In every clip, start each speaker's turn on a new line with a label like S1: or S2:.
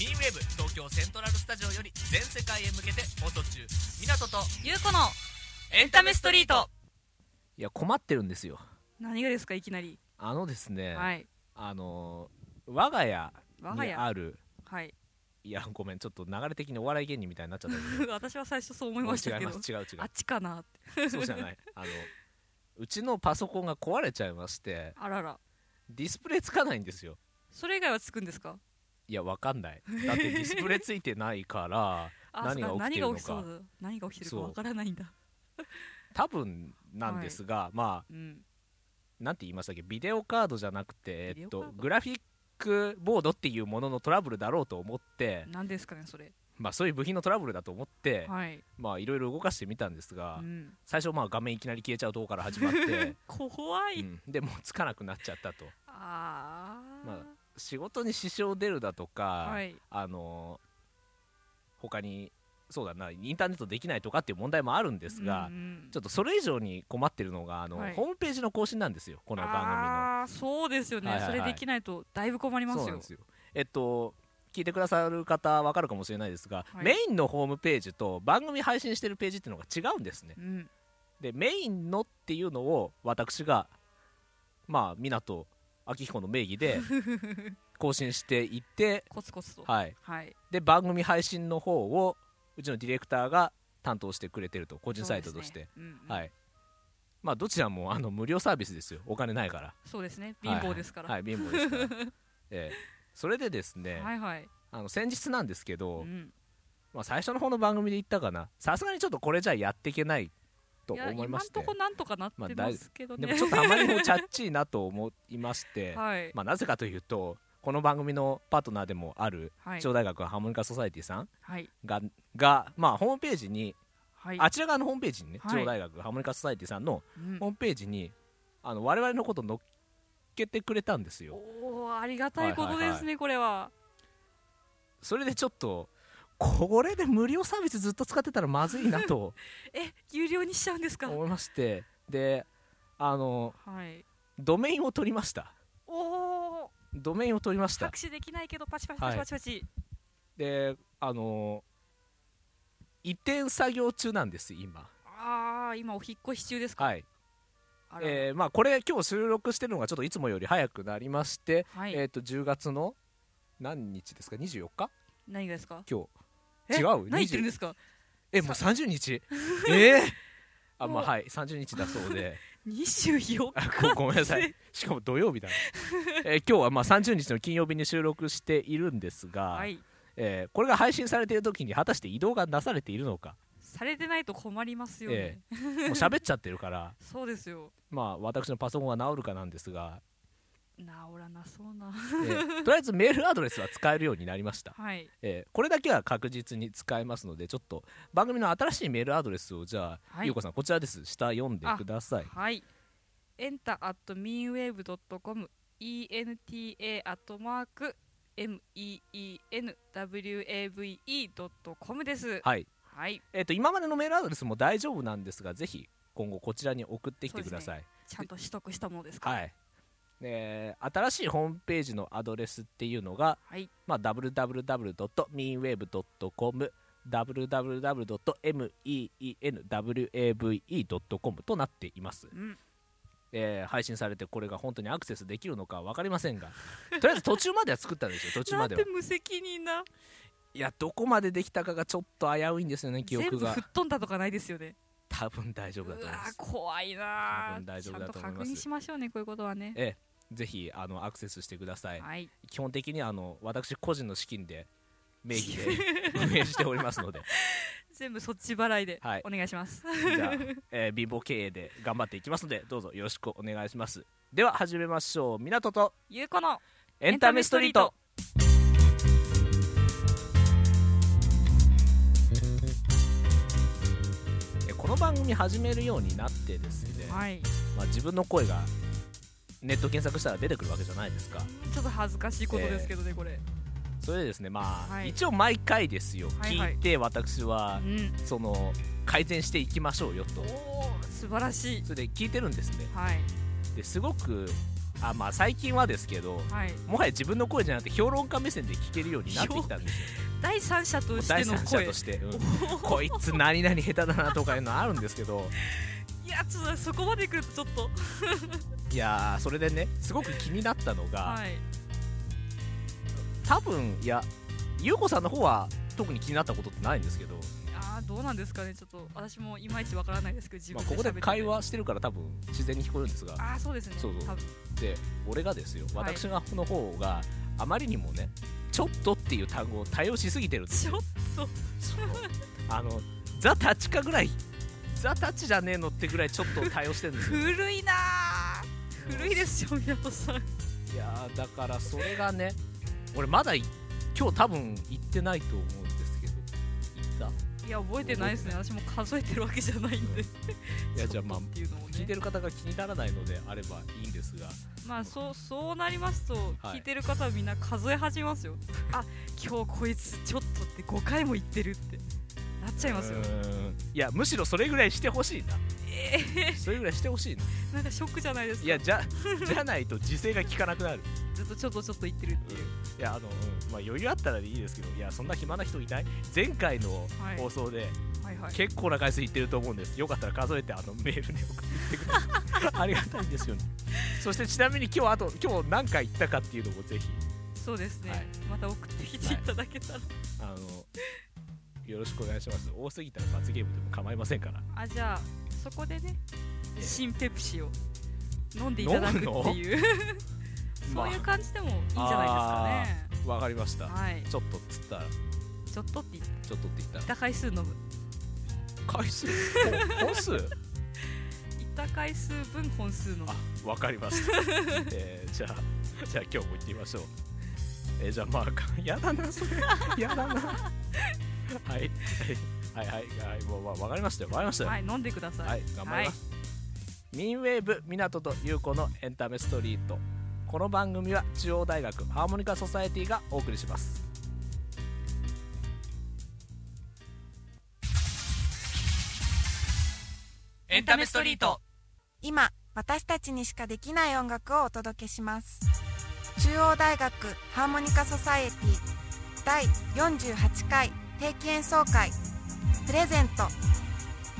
S1: ミンウェブ東京セントラルスタジオより全世界へ向けて放送中港と
S2: ゆうこの
S1: エンタメストリート
S3: いや困ってるんですよ
S2: 何がですかいきなり、
S3: あのですね、
S2: はい
S3: あのー我が家
S2: 我が
S3: に
S2: 家
S3: ある
S2: はい
S3: いやごめんちょっと流れ的にお笑い芸人みたいになっちゃったけど
S2: 私は最初そう 思いました
S3: 違い
S2: けど
S3: ます違う違
S2: あっちかなって
S3: うそうじゃないあのうちのパソコンが壊れちゃいまして
S2: あらら
S3: ディスプレイつかないんですよ
S2: それ以外はつくんですか
S3: いやわかんないだってディスプレイついてないから
S2: あ
S3: 何が起きてるのか
S2: そうだ何が起きてるか
S3: そう
S2: わからないんだ
S3: 多分なんです が、まあ
S2: うん
S3: なんて言いましたっけビデオカードじゃなくて
S2: ビ
S3: えっ
S2: デオカー
S3: と
S2: ド
S3: グラフィックボードっていうもののトラブルだろうと思って、
S2: 何ですかねそれ
S3: まあ、そういう部品のトラブルだと思って、
S2: はい、
S3: まあいろいろ動かしてみたんですが、
S2: うん、
S3: 最初まあ画面いきなり消えちゃうとこから始まって、
S2: 怖い、
S3: うんでもうつかなくなっちゃったと
S2: ああ、
S3: ま仕事に支障出るだとか、
S2: はい
S3: あのー他にそうだなインターネットできないとかっていう問題もあるんですが、
S2: うんうん
S3: ちょっとそれ以上に困ってるのがあの、
S2: はい
S3: ホームページの更新なんですよこの番
S2: あーそうですよね、
S3: はいはいはい
S2: それできないとだいぶ困り
S3: 組
S2: ま
S3: のそう
S2: す
S3: なん
S2: よ
S3: ですよえっと聞いてくださる方わかるかもしれないですが、
S2: はい
S3: メインのホームページと番組配信してるページっていうのが違うんですね
S2: うん
S3: でメインのっていうのを私がまあ湊明彦の名義 で更新していって
S2: コツコツとはい、
S3: はいで番組配信の方をうちのディレクターが担当してくれてると個
S2: 個
S3: 人サイトとして、
S2: はい
S3: はいまあどちらもあの無料サービスですよお金ないから
S2: そうですね貧乏ですから
S3: はい、はい貧乏ですからええそれでですね、
S2: はいはい、
S3: あの先日なんですけ
S2: う
S3: ど、
S2: ん、
S3: まあ、最初の方の番組で言ったかなさすがにちょっとこれじゃやっていけないと
S2: いや
S3: 思いまし
S2: 今
S3: て
S2: んとこなんとかなってますけど
S3: で
S2: ね、
S3: もちょっとあまりにもチャッチーなと思いまして、
S2: はい、
S3: まあ、なぜかというとこの番組のパートナーでもある
S2: はい
S3: 中央大学ハーモニカソサエティさん
S2: はい
S3: がが、まあ、ホームページに、
S2: はい
S3: あちら側のホームページにね、
S2: はい
S3: 中央大学ハーモニカソサエティさんの
S2: うん
S3: ホームページにあの我々のこと載っけてくれたんですよ
S2: おおありがたいことですね、
S3: はいはい
S2: これは
S3: それでちょっとこれで無料サービスずっと使ってたらまずいなと
S2: え有料にしちゃうんですか
S3: 思いましてであの
S2: はい
S3: ドメインを取りました
S2: おお
S3: ドメインを取りました
S2: 拍手できないけどパチパチパチパチパチ、
S3: であの移転作業中なんです今
S2: ああ今お引っ越し中ですか、
S3: はい
S2: あら
S3: えーまあこれ今日収録してるのがちょっといつもより早くなりまして、
S2: はい、
S3: えっ、と10月の何日ですか24日
S2: 何がですか
S3: 今日
S2: え
S3: 違う
S2: 何言って
S3: 20
S2: るんですか
S3: えもう30日 えー、あ
S2: も
S3: ま
S2: う
S3: あはい30日だそう で
S2: 24
S3: あごごめんなさいしかも土曜日だ、ねえー今日はまあ30日の金曜日に収録しているんですが、
S2: はい
S3: えーこれが配信されている時に果たして移動がなされているの か
S2: されてないと困りますよね、
S3: えもう喋っちゃってるから
S2: そうですよ
S3: まあ私のパソコンが治るかなんです が、
S2: 治らなそうな
S3: えーとりあえずメールアドレスは使えるようになりました、
S2: はい
S3: えーこれだけは確実に使えますのでちょっと番組の新しいメールアドレスをじゃあ、
S2: はい
S3: ゆうこさんこちらです下読んでください
S2: はいエンタ at meanwave.com enta at mark meenwave.com です
S3: はい
S2: はい
S3: えっ、と今までのメールアドレスも大丈夫なんですがぜひ今後こちらに送ってきてください、
S2: ちゃんと取得したものですか
S3: はいえー新しいホームページのアドレスっていうのが、
S2: はい
S3: まあ、www.meanwave.com www.meenwave.com となっています、
S2: うん
S3: えー配信されてこれが本当にアクセスできるのか分かりませんがとりあえず途中までは作ったんです よ途中
S2: な
S3: ま
S2: ん
S3: では
S2: て無責任ない
S3: やどこまでできたかがちょっと危ういんですよね記
S2: 全
S3: 憶
S2: 部
S3: が
S2: 吹っ飛んだとかないですよね
S3: 多分大丈夫だと
S2: う
S3: 思い
S2: わ
S3: ま
S2: ー
S3: す
S2: 怖いなー
S3: 多分大丈夫だと思います
S2: ちゃんと確認しましょうねこういうことはね
S3: ええぜひあのアクセスしてください、
S2: はい
S3: 基本的にあの私個人の資金で名義 で運営しておりますので
S2: 全部そっち払いで
S3: はい
S2: お願いします、
S3: じ ゃあ、えー貧乏経営で頑張っていきますのでどうぞよろしくお願いしますでは始めましょう港と
S2: ゆうこの
S3: エンタメストリートえーこの番組始めるようになってですね、
S2: はい
S3: まあ、自分の声がネット検索したら出てくるわけじゃないですか
S2: ちょっと恥ずかしいことですけどね、これ
S3: それでですねまあ、
S2: はい
S3: 一応毎回ですよ、
S2: はいは
S3: 聞
S2: い
S3: いて私は
S2: うん
S3: その改善していきましょうよと
S2: おお素晴らしい
S3: それで聞いてるんですね
S2: はい
S3: ですごくあまあ最近はですけど
S2: はい、
S3: もはや自分の声じゃなくて評論家目線で聞けるようになってきたんですよ
S2: 第三者として
S3: 第
S2: の
S3: 三者
S2: 声
S3: として、うんこいつ何々下手だなとかいうのあるんですけど
S2: いやちょっとそこまで来るとちょっと
S3: いやーそれでねすごく気になったのが、
S2: はい
S3: 多分いや優子さんの方は特に気になったことってないんですけど、
S2: あーどうなんですかねちょっと私もいまいちわからないですけど自
S3: まあ、こ
S2: 分
S3: こ
S2: 喋
S3: で
S2: ってて
S3: 会話してるから多分自然に聞こえるんですが
S2: ああそうですね
S3: そうそう
S2: 多分
S3: で俺がですよ
S2: はい
S3: 私がの方があまりにもね「ちょっと」っていう単語を多用しすぎてるんです
S2: ち
S3: よ
S2: ょっと
S3: そのあの「ザ・タッチ」かぐらい「ザ・タッチ」じゃねえのってぐらいちょっと多用してるんですよ
S2: 古いなー 古いですよ宮本さん
S3: いやーだからそれがね俺まだい今日多分行ってないと思うんですけど行った
S2: いや覚えてないですね私も数えてるわけじゃないんで
S3: いや
S2: ち
S3: じゃ
S2: ょ
S3: あ
S2: っ
S3: ま
S2: と
S3: あ
S2: っていうのもね
S3: 聞いてる方が気にならないのであればいいんですが
S2: まあそうそうなりますと
S3: はい
S2: 聞いてる方はみんな数え始めますよ、あ今日こいつちょっとって5回も言ってるってなっちゃいますよ
S3: うーんいやむしろそれぐらいしてほしい な
S2: ええ
S3: それぐらいしてほしいな
S2: なんかショックじゃないですか
S3: いやじゃじゃないと自制が効かなくなる
S2: ずっとちょっとちょっと言ってるっていう、
S3: いやあの、うんまあ、余裕あったらでいいですけどいやそんな暇な人いない前回の
S2: はい
S3: 放送で、
S2: はいはい
S3: 結構な回数言ってると思うんですよかったら数えてあのメールで送ってく ださいありがたいんですよねそしてちなみに今日あと今日何回言ったかっていうのもぜひ
S2: そうですね、
S3: はい
S2: また送ってきていただけたら、
S3: あのよろしくお願いします多すぎたら罰ゲームでも構いませんから
S2: あじゃあそこでね
S3: ええ
S2: 新ペプシを飲んでいただくって いうそういう感じでもいいんじゃないです
S3: わかりまし
S2: か
S3: た
S2: ねはい
S3: ちょっとっつったら
S2: ちょっとって言っ
S3: ちょっとって言ったら
S2: た回数飲む
S3: 回数 本数
S2: 言った回数分本数飲む
S3: あわかりました、えーじゃあじゃあ今日も行ってみましょう、えーじゃあまあかやだなそれやだなはいはいはいはいはいもうわわかりましたよわかりましたよ
S2: は
S3: はい、
S2: い飲んでください、
S3: 頑張ります、ミンウェーブ港と優子のエンタメストリートこの番組は中央大学ハーモニカソサエティがお送りします
S1: エンタメストリート
S4: 今私たちにしかできない音楽をお届けします中央大学ハーモニカソサエティ第48回定期演奏会プレゼント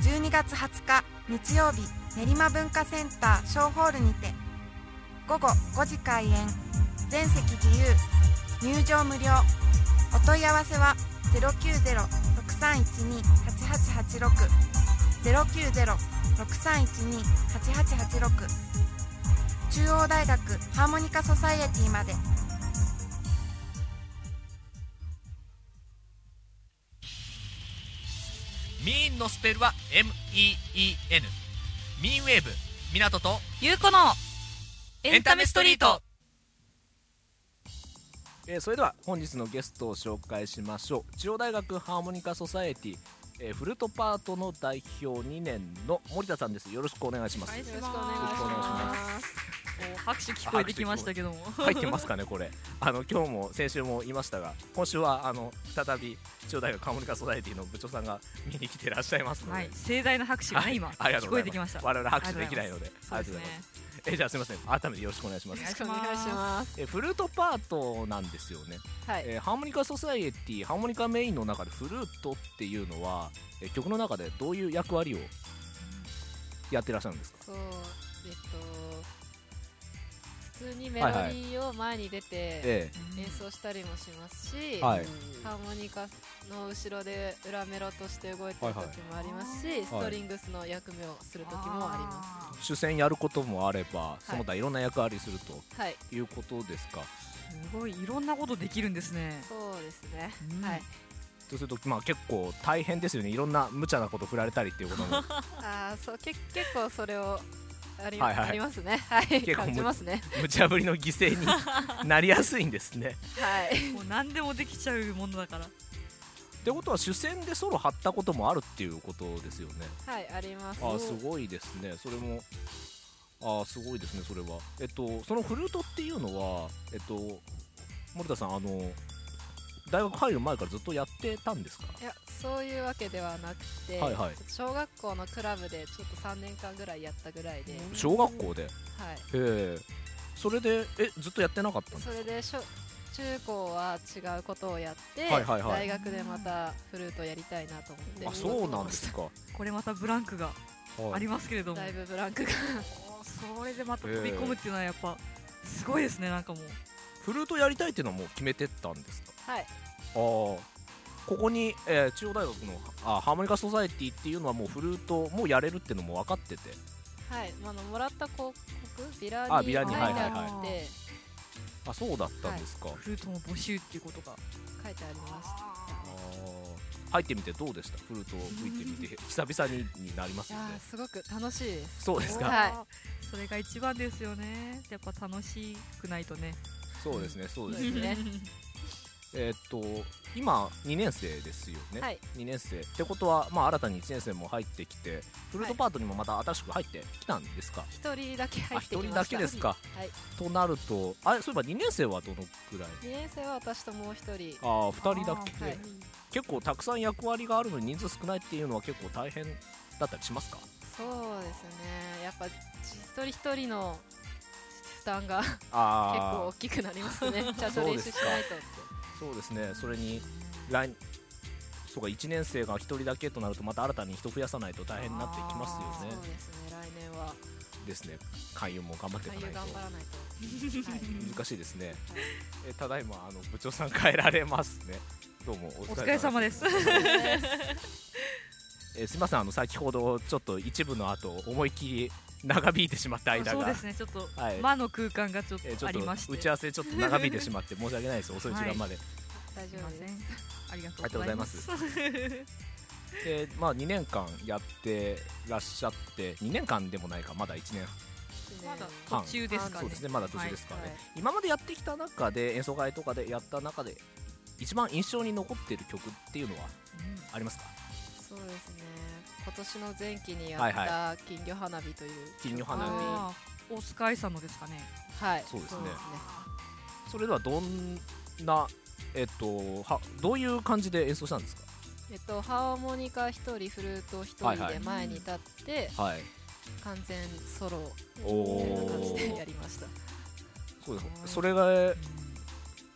S4: 12月20日日曜日練馬文化センター小ホールにて午後5時開演全席自由入場無料お問い合わせは090-6312-8886 090-6312-8886中央大学ハーモニカソサイエティまで
S1: ミーンのスペルは MEEN ミーンウェーブ港と
S2: ゆうこの
S1: エンタメストリート
S3: えーそれでは本日のゲストを紹介しましょう中央大学ハーモニカソサエティ、えーフルートパートの代表2年の森田さんですよろしくお願いします
S2: お願いし
S5: よろしく
S2: ま
S5: お願いします。
S2: お拍手聞こえてきましたけども
S3: 入ってますかねこれあの今日も先週も言いましたが今週はあの再び中央大学ハーモニカソサエティの部長さんが見に来てらっしゃいますので、
S2: はい盛大な拍手がね今
S3: ありがと
S2: 聞
S3: う
S2: こ
S3: ご
S2: え
S3: ざ
S2: て
S3: い
S2: きまし
S3: ます
S2: た
S3: 我々拍手できないので
S2: そ
S3: あ
S2: う
S3: り
S2: で
S3: がとう
S2: す
S3: ございます
S2: ね
S3: えーじゃあすみません改めてよろしくお願いしま
S2: お
S3: す
S2: 願いします
S5: よろくす。
S3: えーフルートパートなんですよね
S5: はい。
S3: えーハーモニカソサイエティハーモニカメインの中でフルートっていうのは、えー曲の中でどういう役割をやってらっしゃるんですか
S5: そう、えっと。普通にメロディーを前に出て
S3: え
S5: 演奏したりもします
S3: え
S5: し、
S3: はい
S5: ハーモニカの後ろで裏メロとして動いてる時もありますし、ストリングスの役目をする時もありま
S3: 主戦やることもあれば
S5: い
S3: その他いろんな役割すると
S5: す。はい、
S3: いうことですか、
S2: すごいいろんなことできるんですね、
S5: そうですね。
S2: うん
S5: はい。
S3: そうすると、まあ、結構大変ですよねいろんな無茶なこと振られたりっていうこと も
S5: ああ、そう、け結構それをあり,、
S3: はいはい
S5: ありますね。はい、
S3: 結構
S5: 感じます ね。
S3: 無茶ぶりの犠牲になりやすいんですね。
S5: はい。
S2: もう何でもできちゃうものだから
S3: ってことは主戦でソロ張ったこともあるっていうことですよね。
S5: はい、あります。
S3: あーすごいですねそれもあーすごいですねそれはえっとそのフルートっていうのはえっと森田さんあの大学入る前からずっとやってたんですか
S5: いやそういうわけではなくて、
S3: はいはい
S5: ちょっと小学校のクラブでちょっと3年間ぐらいやったぐらいで、はい、
S3: 小学校でへえそれでえずっとやってなかったんで
S5: そ
S3: す
S5: れでしょ中高は違うことをやって、
S3: はいはいはい
S5: 大学でまたフルートやりたいなと思って
S3: あそうなんですか、
S2: これまたブランクが
S3: はい
S2: ありますけれども、
S5: だいぶブランクが
S2: おーそれでまた飛び込むっていうのはやっぱすごいですねなんかもう
S3: フルートやりたいっていうのはもう決めてったんですか
S5: はい
S3: ああここに、えー中央大学のあハーモニカソサエティっていうのはもうフルートもうやれるっていうのも分かってて
S5: はいあのもらった広告ビラに
S3: あ
S5: 書い
S3: ビ
S5: て
S3: ラ
S5: あっ
S3: に
S5: て、
S3: はい
S2: はいはい
S3: あそうだったんですか、
S2: フルートも募集っていうことが
S5: 書いてありました
S3: あー入ってみてどうでしたフルートを吹いてみて久々にになります
S5: い
S3: よ
S5: やー
S3: ね
S5: すごく楽しいです
S3: そうですか
S5: はい
S2: いそれが一番ですよねやっぱ楽しくないとね
S3: そうですねそうです
S5: そうです
S3: ね
S5: ね
S3: えーっと今2年生ですよね、
S5: はい
S3: 2年生ってことは、まあ、新たに1年生も入ってきてフルートパートにもまた新しく入ってきたんですか、
S5: 一人だけ入
S3: あ
S5: って
S3: 一
S5: きました
S3: 人だけですか
S5: はい
S3: となるとあれそういえば2年生はどのくらい
S5: 2年生は私ともう一人
S3: ああ2人だけ、
S5: はい
S3: 結構たくさん役割があるのに人数少ないっていうのは結構大変だったりしますか
S5: そうですねやっぱ一人一人の負担が結構
S3: あ
S5: 大きくなりま すねちゃん
S3: そ
S5: と
S3: う
S5: 練
S3: です
S5: 習し
S3: か
S5: ないとって
S3: そうですねそれに来そうか1年生が1人だけとなるとまた新たに人増やさないと大変になってきます
S5: そう
S3: よね
S5: ですね来年は
S3: ですね勧誘も頑張ってい
S5: 俳
S3: かな
S5: 優
S3: いと
S5: 頑張らないと、はい
S3: 難しいですねえただいまあの部長さん帰られますねどうもお
S2: お疲れ様です
S3: えすいませんあの先ほどちょっと一部の後思いっきり長引いてしまった間
S2: そう
S3: が
S2: ですねちょっと
S3: はい
S2: 間の空間がちょっ
S3: えーち
S2: と
S3: ょ
S2: あ
S3: っ
S2: りまし
S3: と
S2: て
S3: 打ち合わせちょっと長引いてしまって申し訳ない です遅い時間まで、
S5: 大
S2: すい
S5: 丈
S2: ま
S5: 夫
S2: せ
S5: で
S2: ん
S5: す
S2: ありがとうございます
S3: でまあ2年間やってらっしゃって2年間でもないかまだ1年
S2: まだ
S3: 半
S2: 途中ですか
S3: そ
S2: ね
S3: うですねまだ途中ですからね、
S5: はい
S3: 今までやってきた中で演奏会とかでやった中で一番印象に残ってる曲っていうのはありますか
S5: そうですね今年の前期にや
S3: はい
S5: っ
S3: は
S5: た金魚花火という
S3: 金魚花火
S2: あーおスカイさんのですかね
S5: はい
S3: そうですね
S5: ね
S3: それではどんなえっとはどういう感じで演奏したんです
S5: えっとハーモニカ一人フルート一
S3: はい
S5: 人
S3: はい
S5: で前に立って、
S3: かはい
S5: 完全ソロ
S3: お
S5: みたいな感じ
S3: お
S5: でやりました
S3: そうですそれが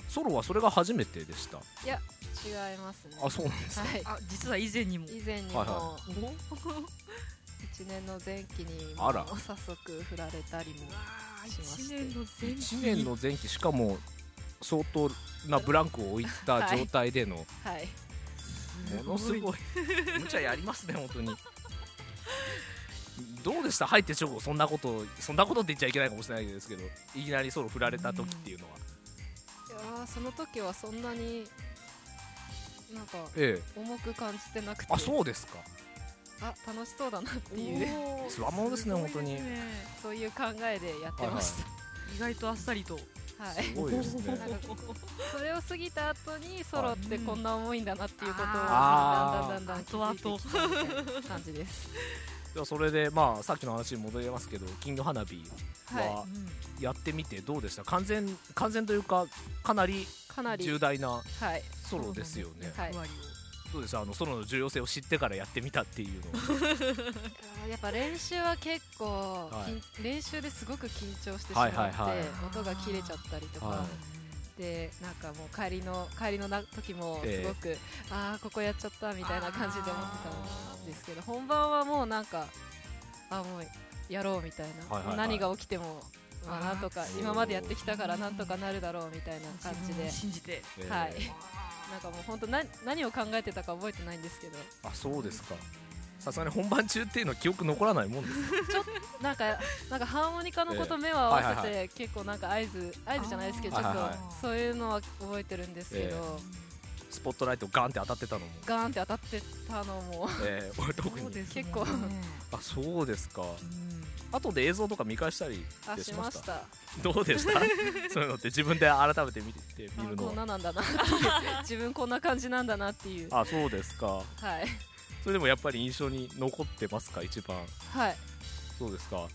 S3: ソロはそれが初めてでした
S5: 違いますね
S3: あそうなんですか、
S5: はい
S2: あ実は以前にも
S5: 以前に
S3: はい
S5: も
S3: は
S5: 1年の前期に
S3: あら
S5: も早速振られたりもしまして
S2: の前
S3: 1年の前期しかも相当なブランクを置いた状態での、
S5: はい
S3: ものすごい無茶やりますね本当にどうでした入って直後そんなことそんなことって言っちゃいけないかもしれないですけどいきなりソロ振られた時っていうのは、
S5: いやーその時はそんなになんか
S3: ええ
S5: 重く感じてなくて
S3: あそうですか
S5: あ楽しそうだなっていう
S3: つわものですね本当に
S2: すごいですね
S5: そういう考えでやってまし
S2: 意外とあっさりと
S5: たはい、
S3: すごいですね
S5: なんかそれを過ぎた後にソロってこんな重いんだなっていうことを
S3: あー
S5: だんだんだんだん気づいてきたみたいな感じです
S3: じゃあそれでまあさっきの話に戻りますけど金魚花火
S5: は
S3: は
S2: うん
S3: やってみてどうでした完全完全というかかなり
S5: いかなり
S3: 重大な
S5: はい
S3: ソロですよね
S5: はい
S2: 役割を
S3: どうでしたあのソロの重要性を知ってからやってみたっていうの
S5: あーやっぱ練習は結構、
S3: い
S5: 緊練習ですごく緊張してしまって、
S3: はいはいはい
S5: 音が切れちゃったりとか、
S3: は
S5: でなんかもう帰りの帰りのな時も
S3: ええ
S5: すごく、ああここやっちゃったみたいな感じで思ってたんですけど本番はもうなんかあーもうやろうみたいな、
S3: はいはいはい
S5: 何が起きてもまあなんとか
S3: あー
S5: 今までやってきたからなんとかなるだろうみたいな感じ
S2: 自
S5: で
S2: 分を。信じて
S3: ええ
S5: はいなんかもう本当何何を考えてたか覚えてないんですけど
S3: あそうですかさすがに本番中っていうのは記憶残らないもんです
S5: なんか、なんかハーモニカのこと目を合わせて、結構なんか合図、合図じゃないですけど、ちょっと、
S3: はいはいはい
S5: そういうのは覚えてるんですけど。
S3: えスポットライトガンって当たってたのも、
S5: ガーンって当たってたのも、
S3: えー、俺特
S2: そう
S3: に
S2: ですもんね
S5: 結構
S3: あそうですか
S2: うん
S3: 後で映像とか見返したり
S5: あ、
S3: でし
S5: し
S3: ま
S5: ま
S3: し
S5: したた。
S3: どうでしたそういうのって自分で改めて見てみ
S5: あ
S3: る
S5: こ
S3: の
S5: ん
S3: は
S5: ななんだな。 自分こんな感じなんだなっていう。
S3: あそうですか
S5: はい。
S3: それでもやっぱり印象に残ってますか一番
S5: はい。
S3: そうですか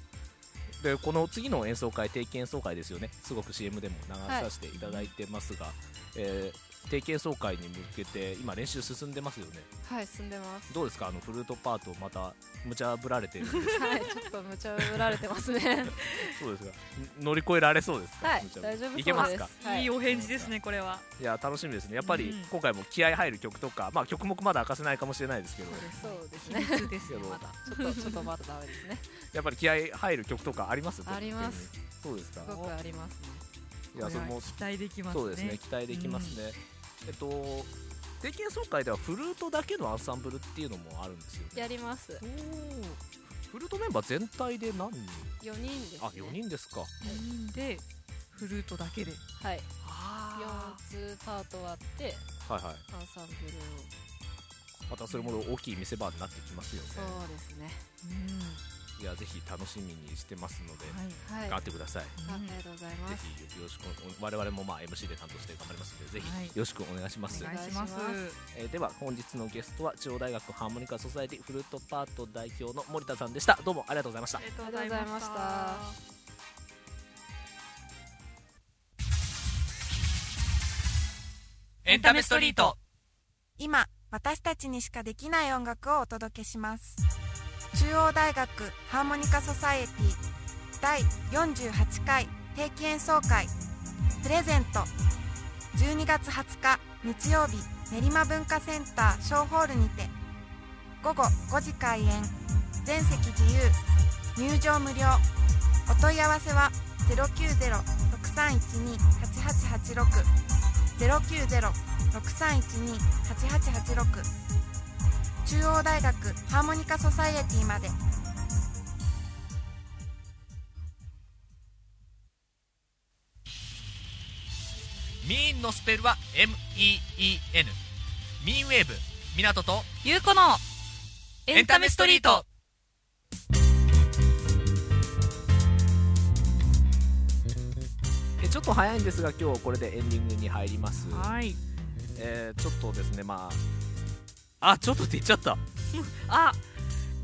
S3: でこの次の演奏会定期演奏会ですよねすごく CM でも流させていただいてますが、えー定期演奏会に向けて今練習進んでますよね
S5: はい進んでます
S3: どうですかあのフルートパートまた無茶ぶられてるんで
S5: はいちょっと無茶ぶられてますね
S3: そうですが乗り越えられそうですか、
S5: はい
S3: 無茶ぶり
S5: 大丈夫そうです
S3: いけますか
S5: はい
S2: いいお返事ですねこれはい
S3: や楽しみですねやっぱり
S2: うん
S3: 今回も気合入る曲とか、まあ曲目まだ明かせないかもしれないですけど
S5: そうですね
S2: 秘密ですね
S3: けど
S2: まだ
S5: ちょっとちょっとまだダメ ですね
S3: やっぱり気合入る曲とかあります
S5: あります
S3: そうですか
S5: すごくありますね
S3: いやそれ
S2: これ
S3: も
S2: は期待できますね
S3: そうですね期待できますね、えっと定期演奏会ではフルートだけのアンサンブルっていうのもあるんですよね
S5: やります
S3: フルートメンバー全体で何人
S5: 四人ですね
S3: あ4人ですか
S2: 4人でフルートだけで
S5: はい
S3: あ
S5: 四つパート割って
S3: あはいはい
S5: アンサンブルを
S3: またそれも大きい見せ場になってきますよね
S5: そうですね
S2: うん
S3: いやぜひ楽しみにしてますので、
S2: はい
S5: は
S3: 頑
S5: い
S3: 張
S5: あ
S3: ってください
S5: ありがとうござい
S3: ぜ
S5: ます
S3: ひよろしくお我々もまあ MC で担当して頑張りますのでぜ
S2: は
S3: ひ
S2: い
S3: よろしくお願いします、
S2: お願いします
S5: お願いし
S3: えーでは本日のゲストは中央大学ハーモニカソサエティフルートパート代表の森田さんでしたどうもありがとうございました
S2: りが
S5: とうございました
S1: エンタメストリート
S4: 今私たちにしかできない音楽をお届けします中央大学ハーモニカソサエティ第48回定期演奏会プレゼント12月20日日曜日練馬文化センター小ホールにて午後5時開演全席自由入場無料お問い合わせは090-6312-8886 090-6312-8886中央大学ハーモニカソサイエティまで
S1: ミーンのスペルは MEEN ミーンウェーブ港と
S2: ゆうこのエンタメストリート
S3: えーちょっと早いんですが今日これでエンディングに入ります、
S2: はい
S3: えーちょっとですねまああちょっとって言っちゃった
S2: あ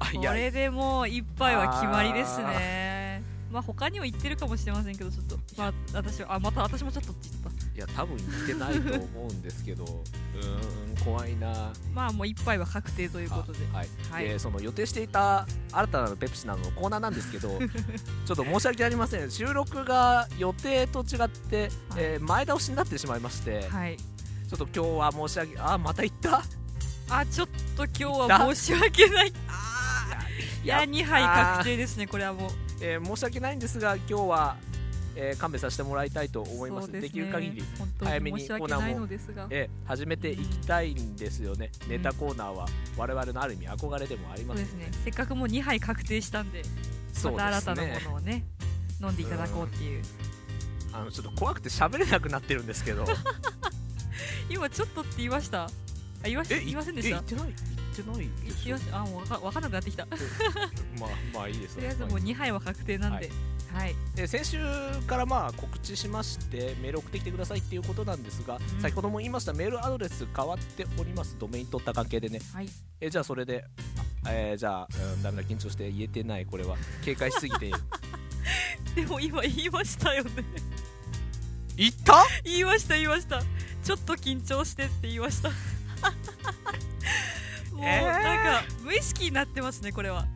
S3: あい
S2: こ
S3: や
S2: れでもう一杯は決まりですねまあ他にも言ってるかもしれませんけどちょっとまあ私はあまた私もちょっとって言っちゃった
S3: いや多分言ってないと思うんです けどうーん怖いな
S2: まあもう一杯は確定ということで
S3: あはい
S2: はい
S3: でその予定していた新たなるペプシなどのコーナーなんです けどちょっと申し訳ありません収録が予定と違って、えー前倒しになってしまいまして、ち
S2: はい
S3: ょっと今日は申し訳あまた行った
S2: あちょっと今日は申し訳ないいや2杯確定ですねこれはもう
S3: えー申し訳ないんですが今日は、えー勘弁させてもらいたいと思います
S2: そう
S3: で
S2: ですね
S3: きる限り、
S2: 本当
S3: 早め
S2: に
S3: に
S2: 申し訳ないのですが
S3: えー始めていきたいんですよね、
S2: ん
S3: ネタコーナーは我々のある意味憧れでもあり
S2: そ
S3: ま
S2: う
S3: す
S2: ですねせっかくもう2杯確定したんで
S3: そ
S2: ま
S3: うで
S2: た新
S3: すね
S2: たなものをね飲んでいただこうっていう
S3: あのちょっと怖くて喋れなくなってるんですけ ど
S2: 今ちょっとって言いましたあ言いました言いませんでし
S3: え
S2: た
S3: 言ってない言ってない
S2: 言いましたあもうわかわかんなくなってきたと
S3: まあまあいいです
S2: りあえずもう2杯は確定なんではい
S3: で先週からまあ告知しましてメール送ってきてくださいっていうことなんですが、
S2: ん
S3: 先ほども言いましたメールアドレス変わっておりますドメイン取った関係でね
S2: はい
S3: えじゃあそれで、あえーじゃあ、うん、ダメだ緊張して言えてないこれは警戒しすぎ て
S2: でも今言いましたよね
S3: 言った
S2: 言いました言いましたちょっと緊張してって言いました もう、
S3: えー
S2: なんか無意識になってますねこれは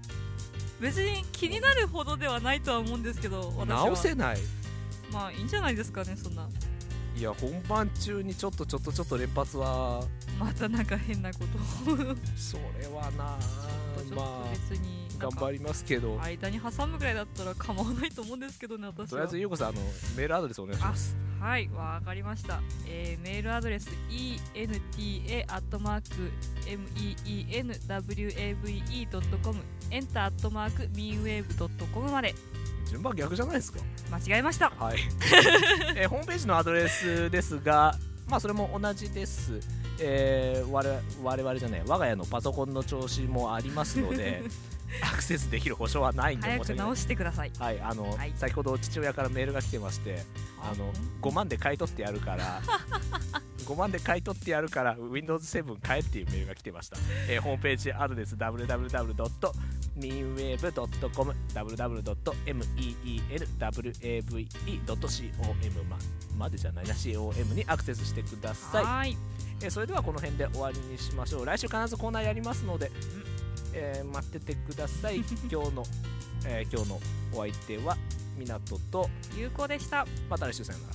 S2: 別に気になるほどではないとは思うんですけど私は
S3: 直せない
S2: まあいいんじゃないですかねそんない
S3: や本番中にちょっとちょっとちょっと連発は
S2: またなんか変なことをちょっ
S3: それはな
S2: とちょ
S3: ま
S2: っと
S3: あ
S2: 別になん
S3: 頑
S2: か
S3: 張りますけど
S2: 間に挟むぐらいだったら構わないと思うんですけどね私
S3: とりあえ
S2: は
S3: ずゆうこさんあのメールアドレスお願いします
S2: はいわかりました、えー、メールアドレス enta.meenwave.com エンター .meanwave.com まで
S3: 順番逆じゃないですか
S2: 間違えました
S3: はい、えーホームページのアドレスですが、まあ、それも同じです、えー、我々我々じゃない我が家のパソコンの調子もありますのでアクセスできる保証はないんで申
S2: 早
S3: し訳
S2: く
S3: ない
S2: 直してください
S3: はいあの
S2: はい
S3: 先ほど父親からメールが来てましてあの5万で買い取ってやるから 5万で買い取ってやるから Windows7 買えっていうメールが来てました、えーホームページアドレス www. meanwave.com www.meenwave.com ままでじゃないな COM にアクセスしてください
S2: はい
S3: えーそれではこの辺で終わりにしましょう来週必ずコーナーやりますので、えー待っててください今日の、えー今日のお相手は港と
S2: 有効でした
S3: また来週さよなら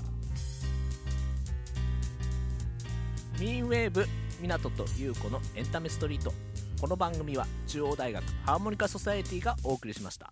S3: ミンウェーブ港と優子のエンタメストリートこの番組は中央大学ハーモニカソサエティがお送りしました